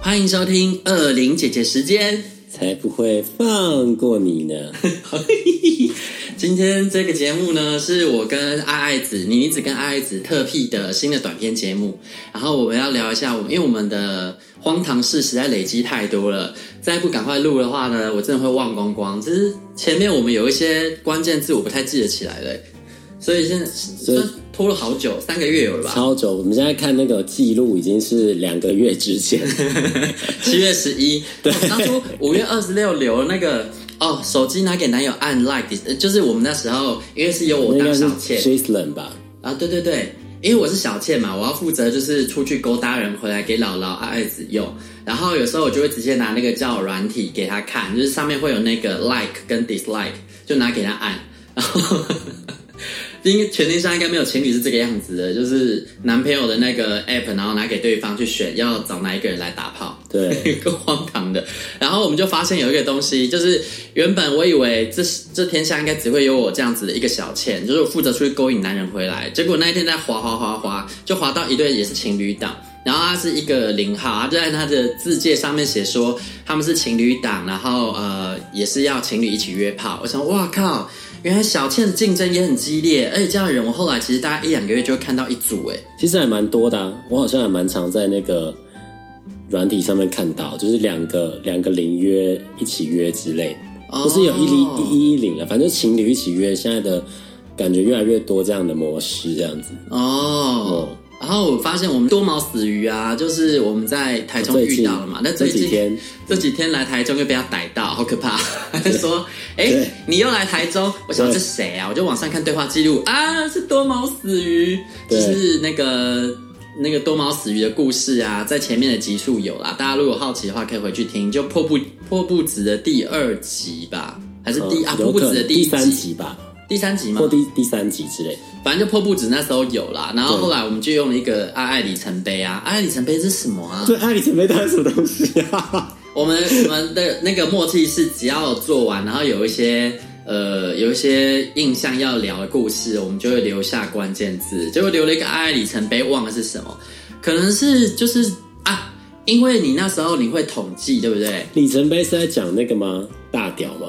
欢迎收听二零姐姐时间。才不会放过你 呢！今天这个节目呢，是我跟爱爱子、妮妮子跟爱爱子特辟的新的短片节目。然后我们要聊一下，我们因为我们的荒唐事实在累积太多了，再不赶快录的话呢，我真的会忘光光。就是前面我们有一些关键字我不太记得起来了，所以现在以算拖了好久，三个月有了吧？超久，我们现在看那个记录已经是两个月之 前，七月十一， 对，当初五月二十六留那个哦，手机拿给男友按 like，呃就是我们那时候因为是由我那应当该是小妾 Switzerland 吧？啊，对对对，因为我是小妾嘛，我要负责就是出去勾搭人回来给姥姥阿爱子用，然后有时候我就会直接拿那个叫软体给他看，就是上面会有那个 like 跟 dislike，就拿给他按，然后。应该全天下应该没有情侣是这个样子的，就是男朋友的那个 app，然后拿给对方去选要找哪一个人来打炮。对，一 个荒唐的。然后我们就发现有一个东西，就是原本我以为这这天下应该只会有我这样子的一个小倩，就是我负责出去勾引男人回来。结果那一天在滑滑滑滑，就滑到一对也是情侣档。然后他是一个零号，他就在他的字界上面写说他们是情侣档，然后呃也是要情侣一起约炮。我想，哇靠，原来小倩的竞争也很激烈，而且这样的人我后来其实大概一两个月就会看到一组，哎，其实还蛮多的、啊，我好像还蛮常在那个软体上面看到，就是两个两个零约一起约之类，不是有一哦零一一零了，啊反正情侣一起约，现在的感觉越来越多这样的模式，这样子。哦。哦然后我发现我们多毛死鱼啊，就是我们在台中哦最遇近到了嘛，那这最近几天这几天来台中又被他逮到，好可怕！他 说：“哎、对你又来台中？”我想对这谁啊？我就往上看对话记录啊，是多毛死鱼，就对是那个那个多毛死鱼的故事啊，在前面的集数有啦。大家如果好奇的话，可以回去听，就破布破布子的第二集吧，还是第、嗯啊破有布可子的能第第一三，集吧，第三集吗？或第第三集之类。反正就破布纸那时候有啦，然后对后来我们就用了一个爱爱里程碑啊，爱爱里程碑是什么 啊？这爱里准备到底是什么东西啊？ 我们我们的那个默契是，只要做完，然后有一些呃有一些印象要聊的故事，我们就会留下关键字。结果留了一个爱爱里程碑，忘了是什么，可能是就是啊，因为你那时候你会统计，对不对？里程碑是在讲那个吗？大屌吗？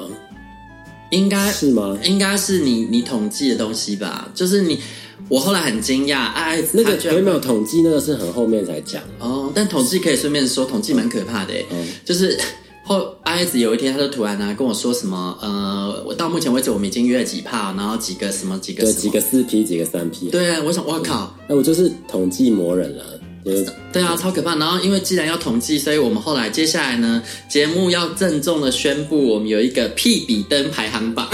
应该是吗？应该是你你统计的东西吧，就是你。我后来很惊讶，爱爱那个她居然有没有统计？那个是很后面才讲。哦，但统计可以顺便说，统计蛮可怕的诶、嗯就是 后 I S 有一天，他就突然啊跟我说什么，呃，我到目前为止我们已经约了几炮，然后几个什么几个对，什么几个，四 P，几个三 P。，对，啊我想我靠，哎，我就是统计魔人啦，就是对啊，超可怕。然后因为既然要统计，所以我们后来接下来呢，节目要郑重的宣布，我们有一个屁比登排行榜。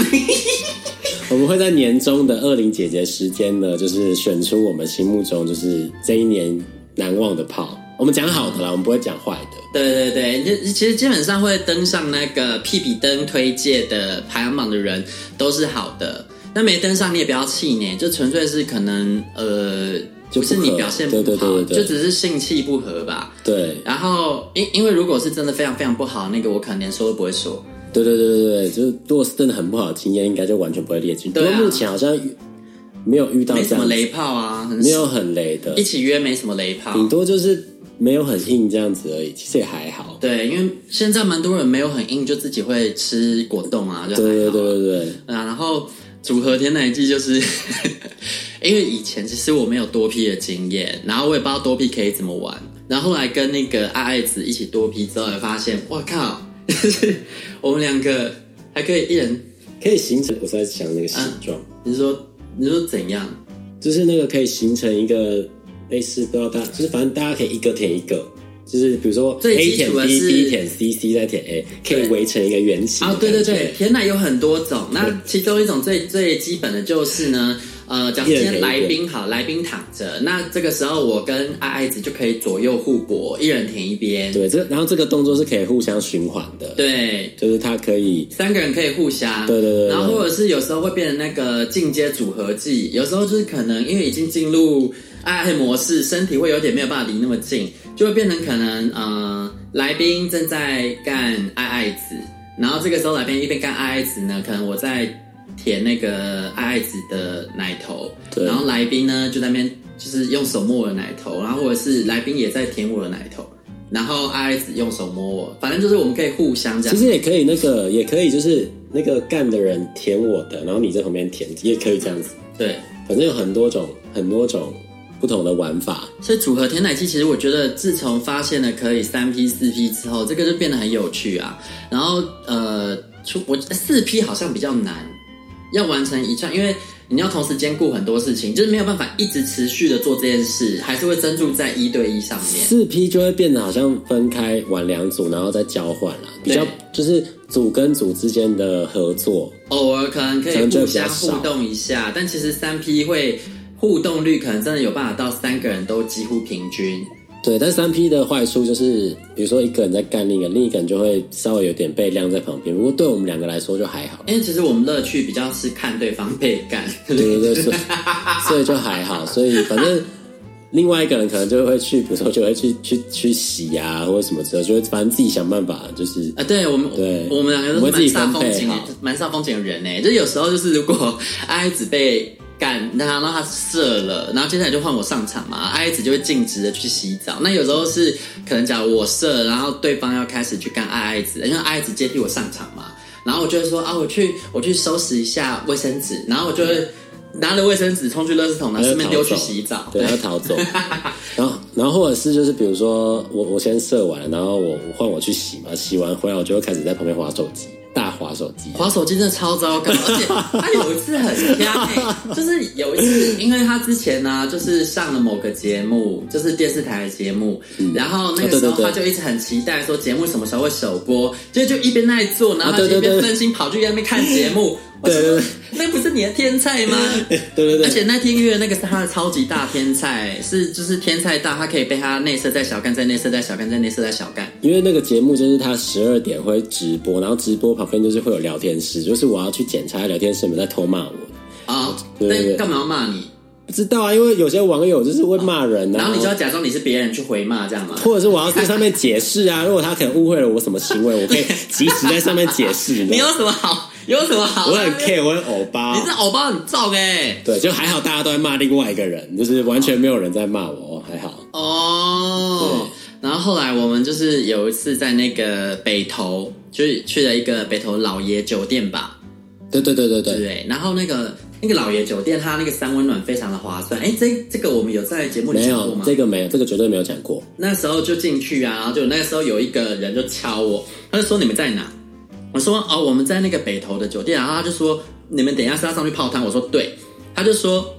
我们会在年终的二零姐姐时间呢，就是选出我们心目中就是这一年难忘的炮。我们讲好的啦，我们不会讲坏的。对对对，就其实基本上会登上那个屁比登推荐的排行榜的人都是好的，那没登上你也不要气馁，就纯粹是可能呃，就不是不合你表现不好，对对对对对就只是性气不合吧。对，然后因因为如果是真的非常非常不好，那个我可能连说都不会说。对对对对对，就是如果是真的很不好的经验，应该就完全不会列进去。对啊不过目前好像遇没有遇到没这什么样，雷炮啊，很没有很雷的一，起约没什么雷炮，顶多就是没有很硬这样子而已，其实也还好。对，因为现在蛮多人没有很硬，就自己会吃果冻啊，就还好对对对对对，啊，然后组合天奶剂就是 因为以前其实我没有多批的经验，然后我也不知道多批可以怎么玩，然后后来跟那个爱爱子一起多批之后，才发现，我靠，就是我们两个还可以一人可以形成，我在想那个形状，你说你说怎样？就是那个可以形成一个类似，不知道大，就是反正大家可以一个填一个，就是比如说最 A 基填础的 B 是 B 填 C C 再填 A，可以围成一个圆形。啊，对对对，，甜奶有很多种，那其中一种最最基本的就是呢，呃，假如今天来宾好，来宾躺着，那这个时候我跟爱爱子就可以左右互搏，一人舔一边，对这个，然后这个动作是可以互相循环的，，对，就是它可以三个人可以互相，对对对对然后或者是有时候会变成那个进阶组合技，有时候就是可能因为已经进入爱爱模式，身体会有点没有办法离那么近，就会变成可能呃，来宾正在干爱爱子，然后这个时候来宾一边干爱爱子呢，可能我在舔那个爱爱子的奶头，对然后来宾呢就在那边就是用手摸我的奶头，然后或者是来宾也在舔我的奶头。然后爱爱子用手摸我，反正就是我们可以互相这样。其实也可以那个，也可以就是那个干的人舔我的，然后你在旁边舔，也可以这样子。对，反正有很多种，很多种不同的玩法。所以组合甜奶器，其实我觉得自从发现了可以三 P 四 P 之后，这个就变得很有趣啊。然后呃，出我四 P 好像比较难，要完成一串，因为你要同时兼顾很多事情，就是没有办法一直持续的做这件事，还是会专注在一对一上面。四 P 就会变得好像分开玩两组，然后再交换啦，比较对就是组跟组之间的合作。偶尔可能可以可能就互比较相少互动一下，但其实三 P 会互动率可能真的有办法到三个人都几乎平均。对，但三 P 的坏处就是，比如说一个人在干另一个，另一个人就会稍微有点被晾在旁边。不过对我们两个来说就还好，因为其实我们乐趣比较是看对方被干，对对对，所以所以就还好，所以反正另外一个人可能就会去，比如说就会去去去洗啊，或者什么之类，就会反正自己想办法，就是啊，对我们，对我们两个我都们是自己蛮煞分风配景的好，蛮煞风景的人呢。就是有时候就是如果 阿子被干， 然后让他射了，然后接下来就换我上场嘛，阿子就会径直的去洗澡。那有时候是可能假如我射了，然后对方要开始去干爱子，因为爱子接替我上场嘛，然后我就会说啊，我去我去收拾一下卫生纸，然后我就嗯会拿着卫生纸冲去垃圾桶，然后顺便丢去洗澡。对，要 逃走。然后，然后或者是就是比如说我我先射完，然后我我换我去洗嘛，洗完回来我就会开始在旁边划手机，大划手机。滑手机真的超糟 糕，而且他有一次很瞎、欸，就是有一次，因为他之前呢、就是上了某个节目，就是电视台的节目，然后那个时啊候对对对他就一直很期待说节目什么时候会首播，结果就一边在做，啊然后他就一边分心跑去那边看节 目，对对对我说那不是你的天菜吗？对对而对，且那天约的那个是他的超级大天菜，是就是天菜大，他可以被他内射在小干，在内射在小干，在内射在小干。因为那个节目就是他十二点会直播，然后直播旁边就是会有聊天室，就是我要去检查聊天室有没有在偷骂我。啊、对对对那干嘛要骂你？不知道啊，因为有些网友就是会骂人、哦啊，然后你就要假装你是别人去回骂，这样吗？或者是我要在上面解释啊，如果他可能误会了我什么行为，我可以及时在上面解释。你你有 知道吗什么好？有什么好？我很 care，我很偶包你。是偶包很重哎、对，就还好，大家都在骂另外一个人，就是完全没有人在骂我，还好。哦。然后后来我们就是有一次在那个北投，就是去了一个北投老爷酒店吧，对对对对对不对，对？然后那个那个老爷酒店，它那个三温暖非常的划算。哎，这这个我们有在节目里没讲过有吗？这个没有，这个绝对没有讲过。那时候就进去啊，然后就那个时候有一个人就敲我，他就说你们在哪？我说哦，我们在那个北投的酒店，然后他就说你们等一下是要上去泡汤，我说对，他就说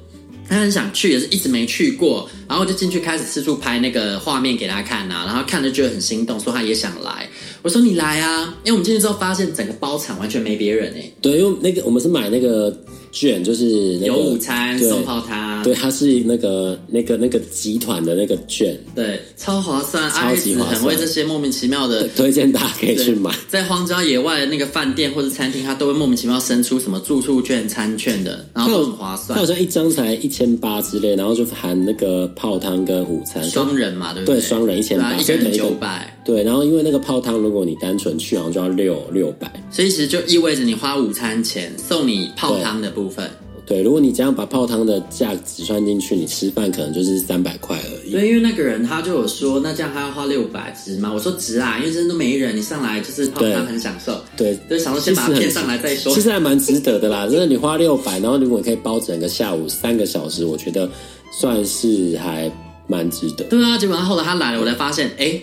他很想去，也是一直没去过，然后就进去开始四处拍那个画面给他看啊，然后看着觉得很心动，说他也想来，我说你来啊，因为我们进去之后发现整个包场完全没别人哎、对，因为那个我们是买那个券，就是那个有午餐对送泡汤，对，它是那个那个那个集团的那个券，对，超划算，超级划算爱子很为这些莫名其妙的推荐大家可以去买。在荒郊野外的那个饭店或者餐厅，它都会莫名其妙生出什么住宿券、餐券的，然后都很划它算，好像一张才一千八之类，然后就含那个泡汤跟午餐，双人嘛，对不对对，双人一千对八，啊，一个所以等人于九等百，对，然后因为那个泡汤，如果你单纯去，好像就要六六百。所以其实就意味着你花午餐钱送你泡汤的部分。对，如果你这样把泡汤的价值算进去，你吃饭可能就是三百块而已。对，因为那个人他就有说，那这样他要花六百值吗？我说值啊，因为真的都没人，你上来就是泡汤对很享受，对，就想说先把他骗上来再说其。实还蛮值得的啦。真的，你花六百，然后如果你可以包整个下午三个小时，我觉得算是还蛮值得。对啊，结果他后来他来了，我才发现，哎，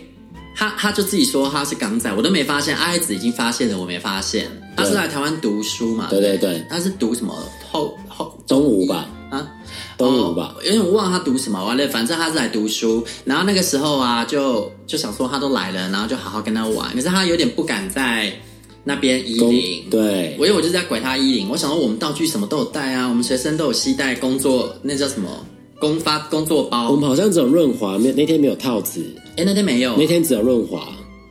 他他就自己说他是港仔，我都没发现，阿子已经发现了，我没发现。他是来台湾读书嘛？对对对，他是读什么后后中午吧，啊？中午吧哦，有点忘了他读什么，完了，反正他是来读书。然后那个时候啊，就就想说他都来了，然后就好好跟他玩。可是他有点不敢在那边衣公领，对我因为我就是在拐他衣领，我想说我们道具什么都有带啊，我们随身都有携带工作那叫什么工发工作我包。们好像只有润滑，没有那天没有套子，哎，那天没有，那天只有润滑。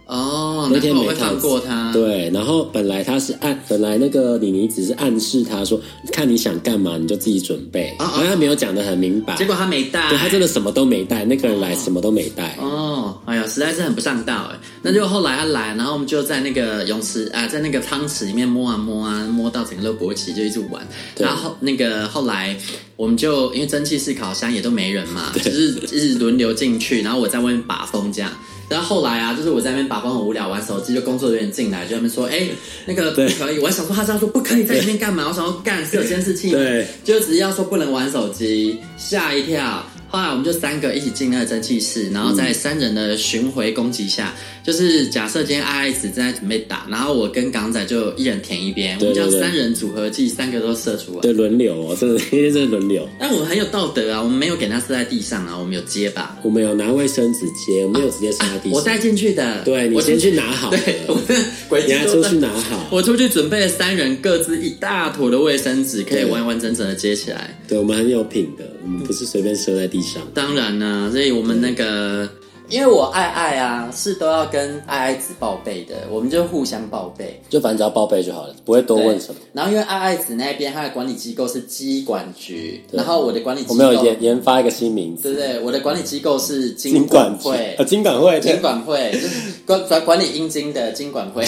哦，那天难怪我没会套放子过他。对，啊然后本来他是暗，本来那个李妮只是暗示他说，看你想干嘛你就自己准备，啊啊然后他没有讲的很明白，结果他没带，对他真的什么都没带，那个人来什么都没带，哦，哎呀，实在是很不上道哎。那就后来他来，然后我们就在那个泳池啊、在那个汤池里面摸啊摸啊，摸到整个热勃起，就一直玩。对然后那个后来我们就因为蒸汽式烤箱也都没人嘛，就是一直轮流进去，然后我在外面把风这样。然后后来啊，就是我在那边把风很无聊，玩手机，就工作人员进来，就他们说，哎，那个不对可以。我还想说，他这样说不可以在里面干嘛？我想说干是有监视器吗？对，就只是要说不能玩手机，吓一跳。后来我们就三个一起进那个蒸汽室，然后在三人的巡回攻击下，就是假设今天爱爱子正在准备打，然后我跟港仔就一人舔一边，对我们对叫对三人组合技，三个都射出来。对，轮流哦，真的 那天真的轮流，但我们很有道德啊，我们没有给他射在地上啊，我们有接吧，我们有拿卫生纸接，我没有直接射在地啊我上，带进去的。对你我先进去拿好的，对，我的鬼 你技还都出在去拿好， 我出去准备了三人各自一大坨的卫生纸，可以对完完整整的接起来。对我们很有品的，我们不是随便射在地上，当然啦、所以我们那个，因为我爱爱啊，是都要跟爱爱子报备的，我们就互相报备。就反正只要报备就好了，不会多对问什么。然后因为爱爱子那边，他的管理机构是机管局，然后我的管理机我构，们有研研发一个新名字，对不对？我的管理机构是经金管局会啊，。金管会，对经管会就是管管管理阴茎的经管会，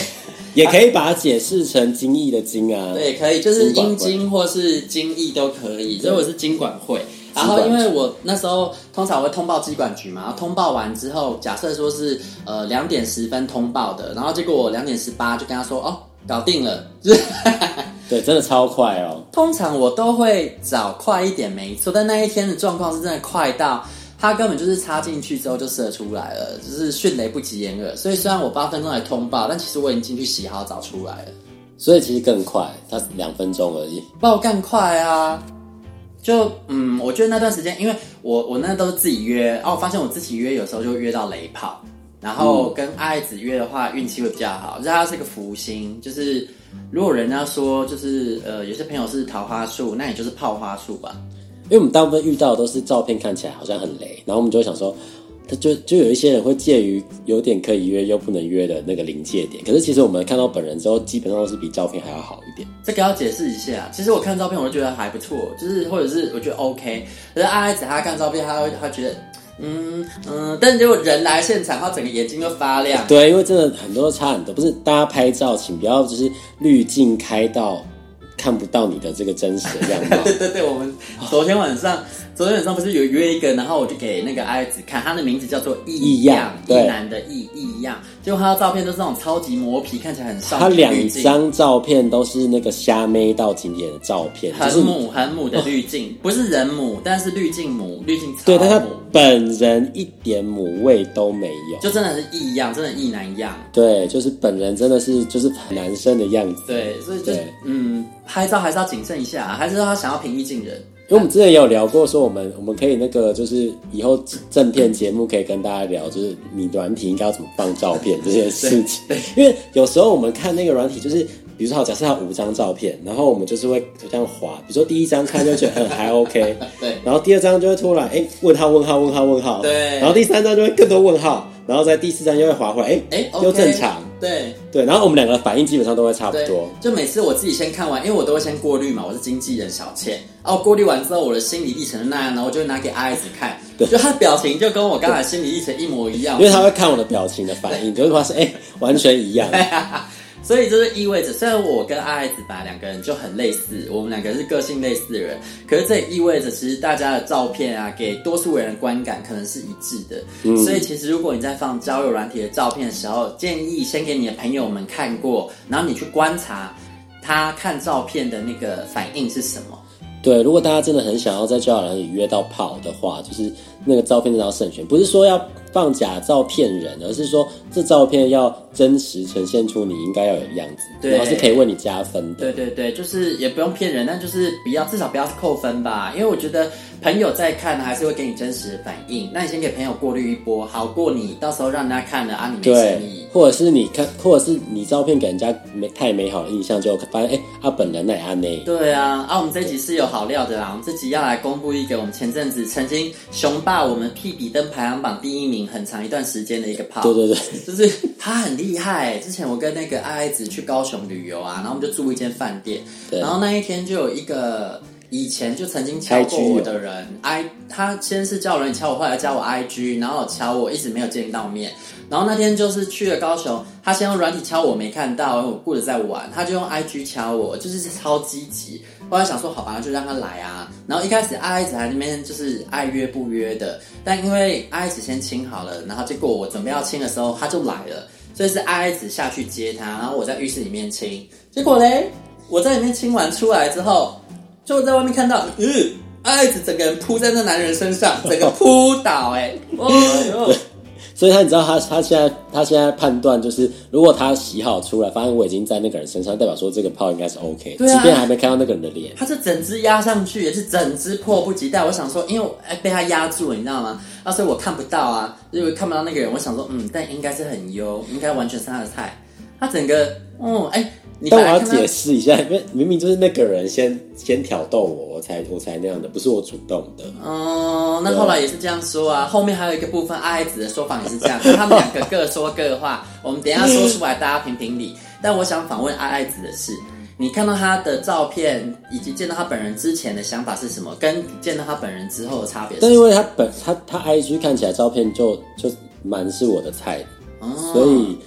也可以把它解释成精益的精啊，对，可以，就是经管阴会茎或是精益都可以，所以我是经管会。然后经管因局为我那时候通常会通报机管局嘛，然后通报完之后，假设说是呃两点十分通报的，然后结果我两点十八就跟他说哦搞定了， 就是对，真的超快哦，通常我都会找快一点没错，但那一天的状况是真的快到。他根本就是插进去之后就射出来了，就是迅雷不及掩耳。所以虽然我八分钟来通报，但其实我已经进去洗好澡出来了。所以其实更快，它两分钟而已。爆干快啊！就嗯，我觉得那段时间，因为我我那都是自己约，然、后我发现我自己约有时候就约到雷炮，然后跟爱子约的话运气会比较好，就是他是个福星，就是如果人家说就是呃有些朋友是桃花树，那也就是泡花树吧。因为我们大部分遇到的都是照片看起来好像很雷，然后我们就会想说，他就就有一些人会介于有点可以约又不能约的那个临界点，可是其实我们看到本人之后，基本上都是比照片还要好一点。这个要解释一下，其实我看照片我就觉得还不错，就是或者是我觉得 OK，可是阿子他看照片他会他觉得嗯嗯，但结果人来现场，他整个眼睛都发亮，对，因为真的很多差很多，不是大家拍照，请不要就是滤镜开到看不到你的这个真实的样貌。 对对对，我们昨天晚上，昨天晚上不是有约一个，然后我就给那个爱子看，他的名字叫做异异样一对男的异异样，结果他的照片都是那种超级磨皮，看起来很少 他女滤两镜，张照片都是那个虾妹到景点的照片，就很是母很母的滤镜，不是人母，但是滤镜母，滤镜超对，但他母，本人一点母味都没有。就真的是异样，真的异男样。对，就是本人真的是就是男生的样子。对，所以就是对嗯，拍照还是要谨慎一下，啊还是说他想要平易近人。因为我们之前也有聊过，说我们我们可以那个就是以后正片节目可以跟大家聊，就是你软体应该要怎么放照片这件事情。因为有时候我们看那个软体，就是比如说好，假设它有五张照片，然后我们就是会这样滑，比如说第一张看就觉得嗯还 OK， 对然后第二张就会突然哎、问号问号问号问号，对然后第三张就会更多问号，然后在第四张又会滑回来，哎、哎，又 OK，正常。对。对，然后我们两个的反应基本上都会差不对多。，就每次我自己先看完，因为我都会先过滤嘛，我是经纪人小倩。哦，过滤完之后，我的心理历程是那样，然后我就会拿给 I S 看，就他的表情就跟我刚才心理历程一模一样因。为他会看我的表情的反应，就会发现哎、完全一样。哎啊所以这就意味着，虽然我跟 I S 吧两个人就很类似，我们两个是个性类似的人，可是这也意味着，其实大家的照片啊，给多数人的观感可能是一致的。所以其实如果你在放交友软体的照片的时候，建议先给你的朋友们看过，然后你去观察他看照片的那个反应是什么。对，如果大家真的很想要在交友软件约到炮的话，就是那个照片真的要慎选，不是说要放假照骗人，而是说这照片要真实呈现出你应该要有的样子，对然后是可以为你加分的。对对对，就是也不用骗人，但就是不要至少不要扣分吧，因为我觉得朋友在看还是会给你真实的反应，那你先给朋友过滤一波，好过你到时候让人家看了啊你没诚意。或者是你看，或者是你照片给人家没太美好的印象，就发现哎，他、本人那也安内，对啊，啊，我们这集是有好料的啦，我们这集要来公布一个我们前阵子曾经雄霸我们屁比登排行榜第一名很长一段时间的一个炮。对对对，就是他很厉害。之前我跟那个爱爱子去高雄旅游啊，然后我们就住一间饭店，对然后那一天就有一个以前就曾经敲过我的人，I 他先是叫人敲我，后来加我 IG，然后敲我，一直没有见到面。然后那天就是去了高雄，他先用软体敲我，没看到，我顾着在玩，他就用 IG 敲我，就是超积极。后来想说好吧，就让他来啊。然后一开始阿爱子还在那边就是爱约不约的，但因为阿爱子先亲好了，然后结果我准备要亲的时候他就来了，所以是阿爱子下去接他，然后我在浴室里面亲。结果嘞，我在里面亲完出来之后，就在外面看到，嗯、呃，阿爱子整个人扑在那男人身 上，整个扑倒、哎，哦哟。所以他你知道他他现在他现在判断就是，如果他洗好出来，发现我已经在那个人身上，代表说这个炮应该是 OK，、对啊即便还没看到那个人的脸。他是整只压上去，也是整只迫不及待。我想说，因为我哎被他压住了，你知道吗？那所以我看不到啊，因为看不到那个人。我想说，嗯，但应该是很优，应该完全是他的菜。他整个，嗯，哎，你但本我要来看到解释一下，因为明明就是那个人先 先挑逗我，我才我才那样的，不是我主动的。哦，那后来也是这样说啊。后面还有一个部分，阿爱子的说法也是这样， 他们两个各说各话。我们等一下说出来，大家评评理。但我想反问阿爱子的是，你看到他的照片以及见到他本人之前的想法是什么？跟见到他本人之后的差别是但什因么？为他本他他 IG 看起来照片就就蛮是我的菜的，哦所以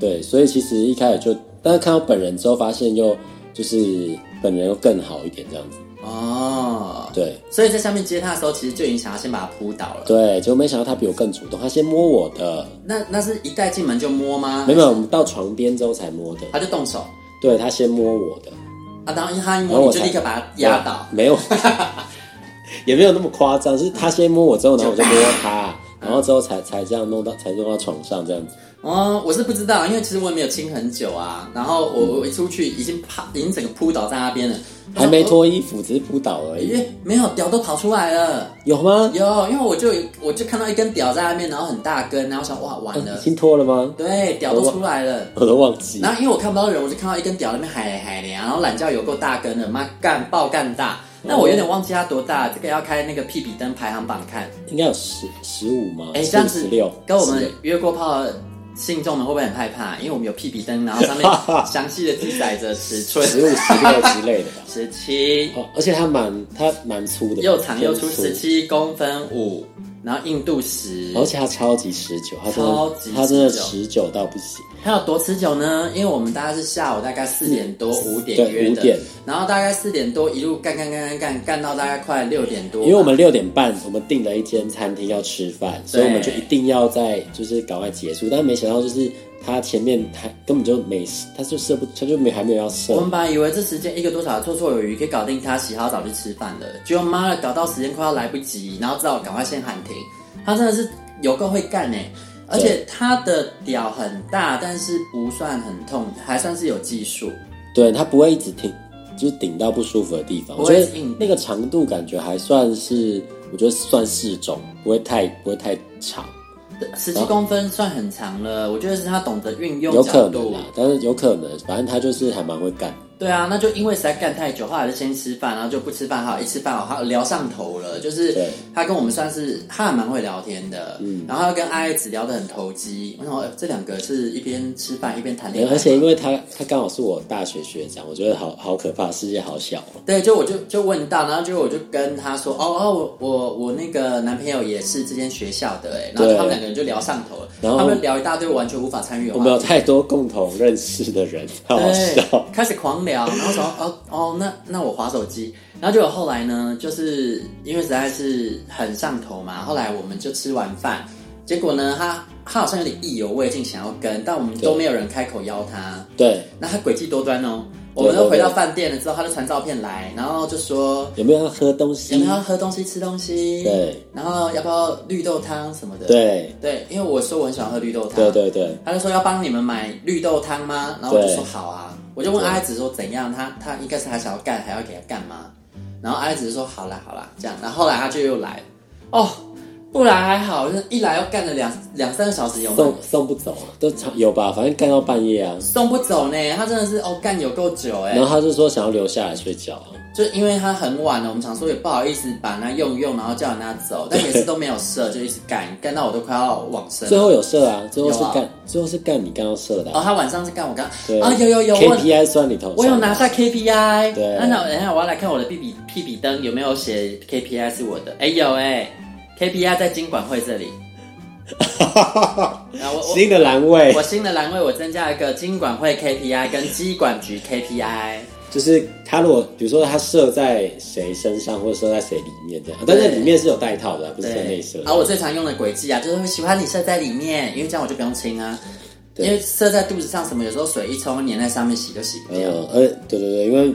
对，所以其实一开始就，但是看到本人之后，发现又就是本人又更好一点这样子。哦，对所以在下面接他的时候，其实就已经想要先把他扑倒了。对，结果没想到他比我更主动，他先摸我的，那那是一带进门就摸吗？没有，没有我们到床边之后才摸的。他就动手对他先摸我的，啊，然后他一然后摸我你就才立刻把他压倒。没有，也没有那么夸张，是他先摸我之后，然后我就摸他，然后之后才才这样弄到才弄到床上这样子。哦，我是不知道，因为其实我也没有亲很久啊。然后我我一出去已经趴，已经整个扑倒在那哎边了，嗯还没脱衣服，只是扑倒而因已，为没有屌都跑出来了。有吗？有，因为我就我就看到一根屌在那边，然后很大根，然后想哇完了 已，经哦脱了吗？对，屌都出来了。我都忘记然。后因为我看不到人，我就看到一根屌在那边海海的，然后懒觉有够大根的，妈干爆干大。那我有点忘记它多大，这个要开那个屁比登排行榜看。应该有十十五吗？哎，这样十子六，跟我16 们约过炮的信众们会不会很害怕？因为我们有屁比登，然后上 面详细的记载着尺寸，。十五、十六之类的吧十七，哦，而且它蛮它蛮粗的，又长又粗，偏十七公分五，然后硬度十。而且它超级持久，它真超的级它真的持持久到不行。它有多持久呢？因为我们大概是下午大概四点多五点嗯对约5的点，然后大概四点多一路干干干干干干到大概快六点多吧，因为我们六点半我们订了一间餐厅要吃饭，所以我们就一定要在就是赶快结束。但没想到就是它前面还根本就没，它就射不，它就没还没有要射我。们本来以为这时间一个多小时绰绰有余，可以搞定他洗好澡去吃饭了，结果妈的搞到时间快要来不及，然后只好赶快先喊停。他真的是有够会干呢、欸而且他的屌很大，但是不算很痛，还算是有技术。对，它不会一直挺，就是顶到不舒服的地方。不我会觉得硬那个长度感觉还算是，我觉得算适中，不会太不会太长。十七公分算很长了，我觉得是他懂得运用哦有角可度能啊。，但是有可能，反正他就是还蛮会干。对啊，那就因为实在干太久，后来就先吃饭，然后就不吃饭，好一吃饭好，他聊上头了，就是对他跟我们算是他还蛮会聊天的，嗯，然后他跟阿爱子聊得很投机，然后、呃这两个是一边吃饭一边谈恋爱，而且因为他他刚好是我大学学长，我觉得好好可怕，世界好小哦。对，就我就就问到，然后就我就跟他说，哦哦，我我我那个男朋友也是这间学校的，哎，然后就对他们两个人就聊上头了，然后他们聊一大堆我完全无法参与的我话们有太多共同认识的人，好好笑。 对，开始狂聊，然后说哦哦，那那我划手机，然后结果后来呢，就是因为实在是很上头嘛，后来我们就吃完饭，结果呢，他他好像有点意犹未尽，想要跟，但我们都对没有人开口邀他，对，那他诡计多端哦。我们都回到饭店了之后，他就传照片来，然后就说有没有要喝东西？有没有要喝东西、吃东西？对，然后要不要绿豆汤什么的？对对，因为我说我很喜欢喝绿豆汤，对对对，他就说要帮你们买绿豆汤吗？然后我就对说好啊，我就问阿紫说怎样，他他应该是还想要干，还要给他干嘛？然后阿紫说好啦好啦这样，然后后来他就又来，哦，不来还好，就是一来又干了两两三个小时有没有送？送不走，都常有吧，反正干到半夜啊。送不走呢，他真的是哦干有够久哎然，后他就说想要留下来睡觉，啊就因为他很晚了，我们想说也不好意思把那用用，然后叫人家走，但每 次都没有射，就一直干，干到我都快要往生了。最后有射啊，最后是有啊干，最后是干你刚刚射的哦，啊，他晚上是干我刚对啊有有有我，KPI 算你头上，我有拿下 KPI，对那那等一下我要来看我的屁比屁比灯有没有写 KPI 是我的，哎、有哎、KPI 在经管会这 里，然后我新我的栏位我，新的栏位我增加一个经管会 KPI 跟机管局 KPI，就是他如果比如说他射在谁身上，或者射在谁里面这样，但是里面是有带套的啊，不是对，在内射然。后我最常用的轨迹啊，就是会喜欢你射在里面，因为这样我就不用清啊，对因为射在肚子上什么，有时候水一冲粘在上面洗都洗不掉。嗯，呃，对对对，因为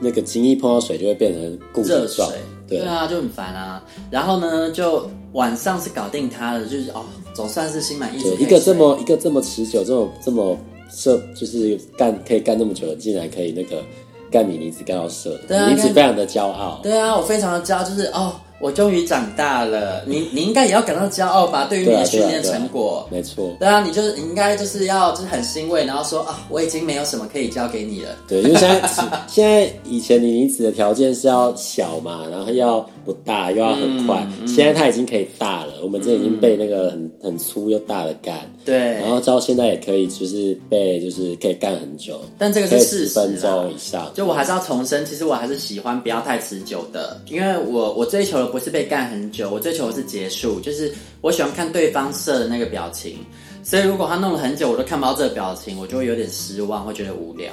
那个精液碰到水就会变成固体热水状，，对对，啊，就很烦啊。然后呢，就晚上是搞定他了，就是哦，总算是心满意足可对，以睡。一个这么一个这么持久，这么这么射，就是干可以干那么久的，竟然可以那个干米妮子干到射，对啊米妮子干非常的骄傲。对啊，我非常的骄傲，就是哦，我终于长大了。你你应该也要感到骄傲吧？对于你对啊的训对啊练对啊成果，没错，对啊，你就是你应该就是要就是很欣慰，然后说啊，我已经没有什么可以交给你了。对，因为现在 现在以前米妮子的条件是要小嘛，然后要不大，又要很快，嗯现在她已经可以大了。我们这已经被那个很很粗又大的干，对然，后到现在也可以就是被就是可以干很久，但这个可是以事十实分啊。钟以上。就我还是要重申，其实我还是喜欢不要太持久的，因为我我追求的不是被干很久，我追求的是结束，就是我喜欢看对方射的那个表情。所以如果他弄了很久，我都看不到这个表情，我就会有点失望，会觉得无聊。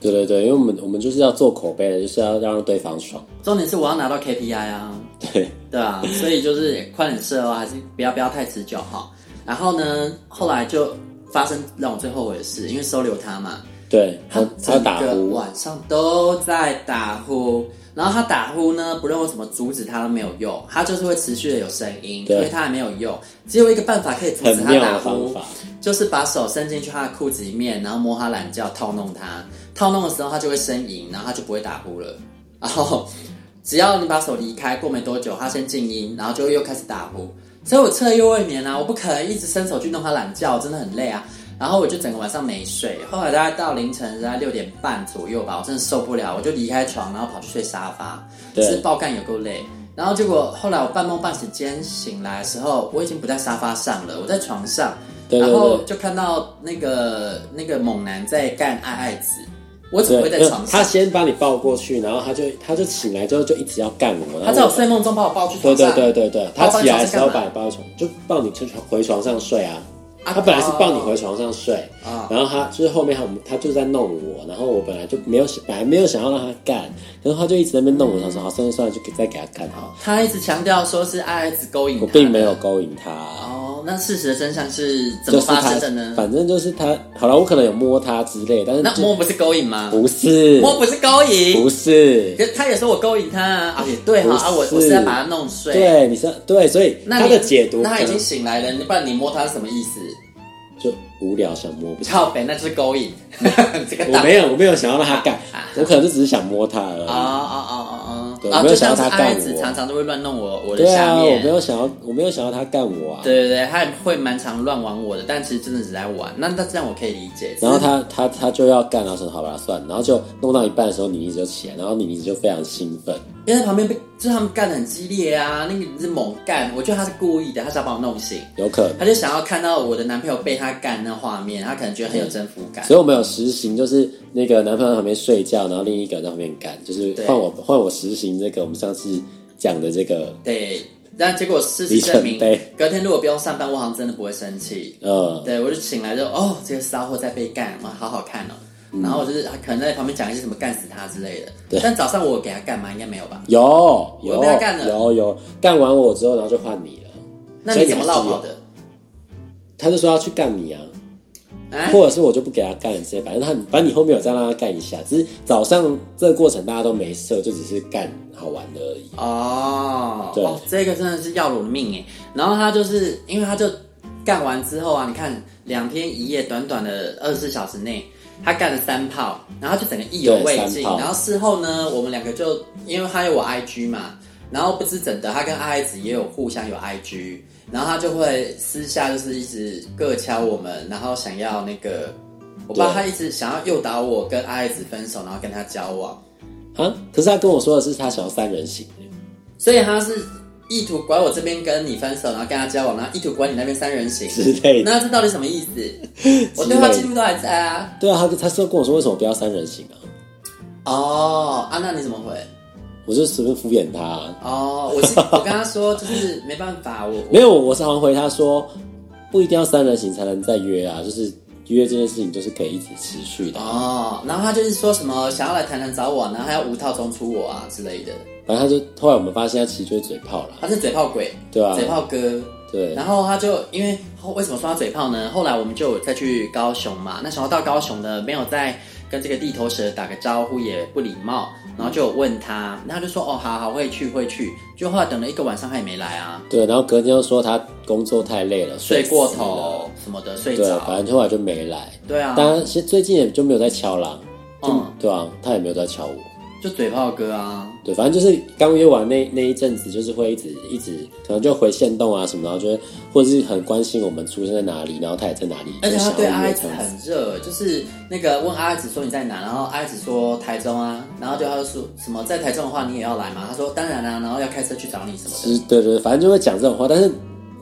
对对对，因为我们我们就是要做口碑的，就是要让对方爽。重点是我要拿到 KPI 啊，对，对啊，所以就是快点射哦，还是不要不要太持久哈。然后呢，后来就发生让我最后悔的事，因为收留他嘛，对，他他整打个呼，晚上都在打呼，然后他打呼呢，不论我怎么阻止他都没有用，他就是会持续的有声音，对所以他还没有用。只有一个办法可以阻止很他妙打的方呼法，。就是把手伸进去他的裤子里面，然后摸他懒觉，套弄他。套弄的时候他就会呻吟，然后他就不会打呼了。然后只要你把手离开，过没多久他先静音，然后就又开始打呼。所以我彻夜未眠啊，我不可能一直伸手去弄他懒觉，我真的很累啊。然后我就整个晚上没睡，后来大概到凌晨大概六点半左右吧，我真的受不了，我就离开床，然后跑去睡沙发，对是爆干有够累。然后结果后来我半梦半醒间醒来的时候，我已经不在沙发上了，我在床上，对对然后对就看到那个那个猛男在干爱爱子，我只会在对，床他上，先把你抱过去，然后他就他就醒来之后就一直要干我，然他后在我我睡梦中把我抱去床对对上，对对对，他然后起来的时候把把你你抱到床，就抱你去床回床上睡啊。啊他本来是抱你哦回床上睡，啊然后他就是后面他他就在弄我，然后我本来就没有想本来没有想要让他干，可是他就一直在那边弄我，想说好算了算了，就给再给他干好。他一直强调说是爱爱子勾引他，我并没有。勾引他，哦，那事实的真相是怎就么是发他生的呢？反正就是他，好了，我可能有摸他之类，但是那就摸不是勾引吗？不是摸不是勾引不，是，可是他也说我勾引他啊，啊也对哈不啊，我是我是要把他弄睡。，对，你是对，所以那他你的解读那他可已能经醒来了，你不然你摸他是什么意思？就无聊想摸，不是？靠北，那就是勾引。 这个我大没有，我没有想要让他干，我可能就只是想摸他而已。啊啊啊啊嗯对啊！啊，没有就想像要是他爱干子我常常都会乱弄我我的对下啊，我面没。有想要，我没有想要他干我啊。对对对，他也会蛮常乱玩我的，但其实真的只是在玩。那那这样我可以理解。然后他他他就要干，然后说好吧，算了，然后就弄到一半的时候，妮妮就起来，然后妮妮就非常兴奋，因为在旁边被就是他们干的很激烈啊，那个是猛干，我觉得他是故意的，他想把我弄醒，有可能。他就想要看到我的男朋友被他干那画面，他可能觉得很有征服感嗯所。以我们有实行，就是那个男朋友在旁边睡觉，然后另一个人在旁边干，就是对换我换我实行这个我们上次讲的这个对，但结果事实证明里程碑，隔天如果不用上班，我好像真的不会生气。呃，对，我就醒来就哦，这个骚货在被干，哇，好好看哦。然后我就是可能在旁边讲一些什么干死他之类的，嗯对但早上我有给他干嘛？应该没有吧？有我有被他干了有有干完我之后，然后就换你了，那所你以怎你么还是落跑有的？他就说要去干你啊，哎或者是我就不给他干谁，反正他反正你后面有再让他干一下，只是早上这个过程大家都没设，就只是干好玩的而已。哦，对哦这个真的是要我命哎。然后他就是因为他就干完之后啊，你看两天一夜，短短的二十四小时内，他干了三炮，然后他就整个意犹未对尽。三炮然后事后呢，我们两个就因为他有我 IG 嘛，然后不知怎的，他跟阿爱子也有互相有 IG，然后他就会私下就是一直各敲我们，然后想要那个。我爸对他一直想要诱导我跟阿爱子分手，然后跟他交往，啊！可是他跟我说的是他想要三人行，所以他是意图拐我这边跟你分手，然后跟他交往，然后意图拐你那边三人行之类的那这到底什么意 思？我对话记录都还在啊。对啊，他他说跟我说为什么不要三人行啊？哦，啊，那你怎么回？我就随便敷衍他啊、哦，我 是我跟他说，就是没办法，我没有，我常常回他说，不一定要三人行才能再约啊，就是约这件事情就是可以一直持续的啊。哦，然后他就是说什么想要来谈谈找我，然后还要无套中出我啊之类的，反正他就后来我们发现他其实就是嘴炮啦，他是嘴炮鬼，对啊嘴炮哥。对然后他就因为后为什么说他嘴炮呢？后来我们就有再去高雄嘛，那时候到高雄呢，没有再跟这个地头蛇打个招呼，也不礼貌，然后就有问他，那他就说哦，好好会去会去，就后来等了一个晚上他也没来啊，对，然后隔天又说他工作太累了，睡过死头了，什么的，睡对，着，反正后来就没来。对啊，当然，其实最近也就没有在敲啦，就、嗯对啊，他也没有在敲我。就嘴炮哥啊，对，反正就是刚约完那那一阵子，就是会一直一直，可能就回线动啊什么，然后就会或者是很关心我们出生在哪里，然后他也在哪里，而且他就想要对阿约爱这子样子很热，就是那个问阿爱子说你在哪，然后阿爱子说台中啊，然后对他就说什么在台中的话你也要来吗？他说当然啊，然后要开车去找你什么的。是，对对，反正就会讲这种话，但是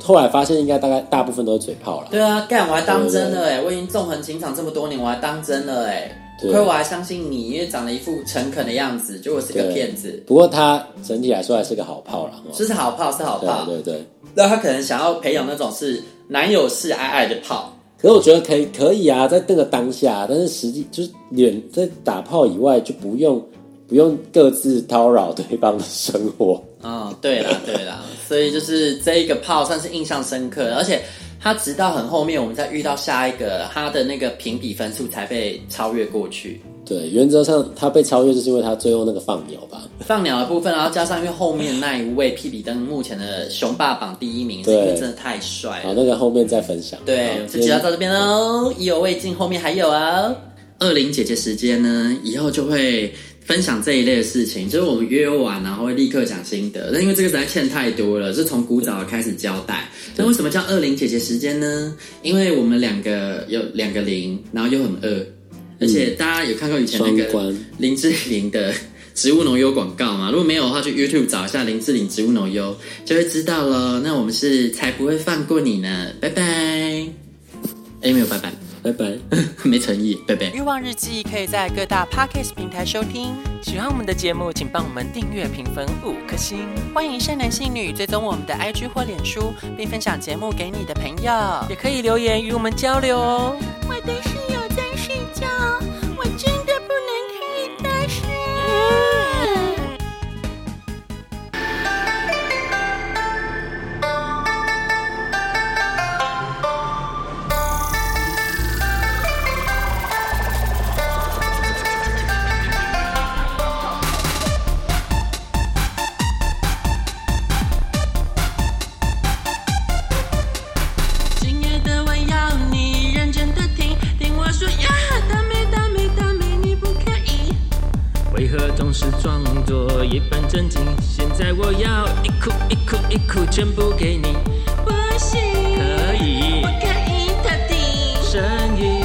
后来发现应该大概大部分都是嘴炮了。对啊，干我还当真了哎、我已经纵横情场这么多年，我还当真了哎、对不亏我还相信你，因为长得一副诚恳的样子，结果是个对骗子。不过他整体来说还是个好炮啦。哦这是好炮，是好炮。对对对。那他可能想要培养那种是男友是爱爱的炮，可是我觉得可以可以啊，在那个当下，但是实际就是脸在打炮以外就不用不用各自叨扰对方的生活。嗯，对 啦，对啦，所以就是这一个炮算是印象深刻的，而且他直到很后面我们再遇到下一个，他的那个评比分数才被超越过去。对，原则上他被超越就是因为他最后那个放鸟吧。放鸟的部分，然后加上因为后面那一位屁比登目前的雄霸榜第一名，是因为对真的太帅好，了。那个后面再分享。对，好就介绍到这边喽，意犹未尽，后面还有哦。二零姐姐时间呢，以后就会分享这一类的事情，就是我们约完然后会立刻讲心得。那因为这个实在欠太多了，是从古早开始交代。那为什么叫二零姐姐时间呢？因为我们两个有两个零，然后又很饿，而且大家有看过以前那双个关林志玲的。植物农优广告嘛，如果没有的话，去 YouTube 找一下林志玲植物农优，就会知道了。那我们是才不会放过你呢，拜拜。哎，没有拜拜， 拜拜。没诚意，拜拜。欲望日记可以在各大 podcast 平台收听。喜欢我们的节目，请帮我们订阅、评分五颗星。欢迎善男信女追踪我们的 IG 或脸书，并分享节目给你的朋友，也可以留言与我们交流哦。我的室友在睡觉，我真的不能看他大声。亲爱的，我要你认真的听，听我说哎呀，大美大美大美，你不可以。为何总是装作一本正经？现在我要一哭一哭一哭，全部给你，不行，可以不，可以特地。声音，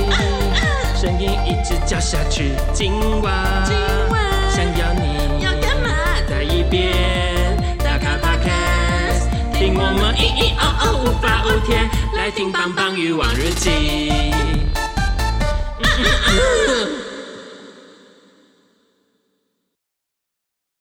声音一直叫下去，今晚，今晚想要你，要干嘛？再一遍，打开 Podcast，听我们咿咿哦哦无法无天，来听棒棒与往日记。啊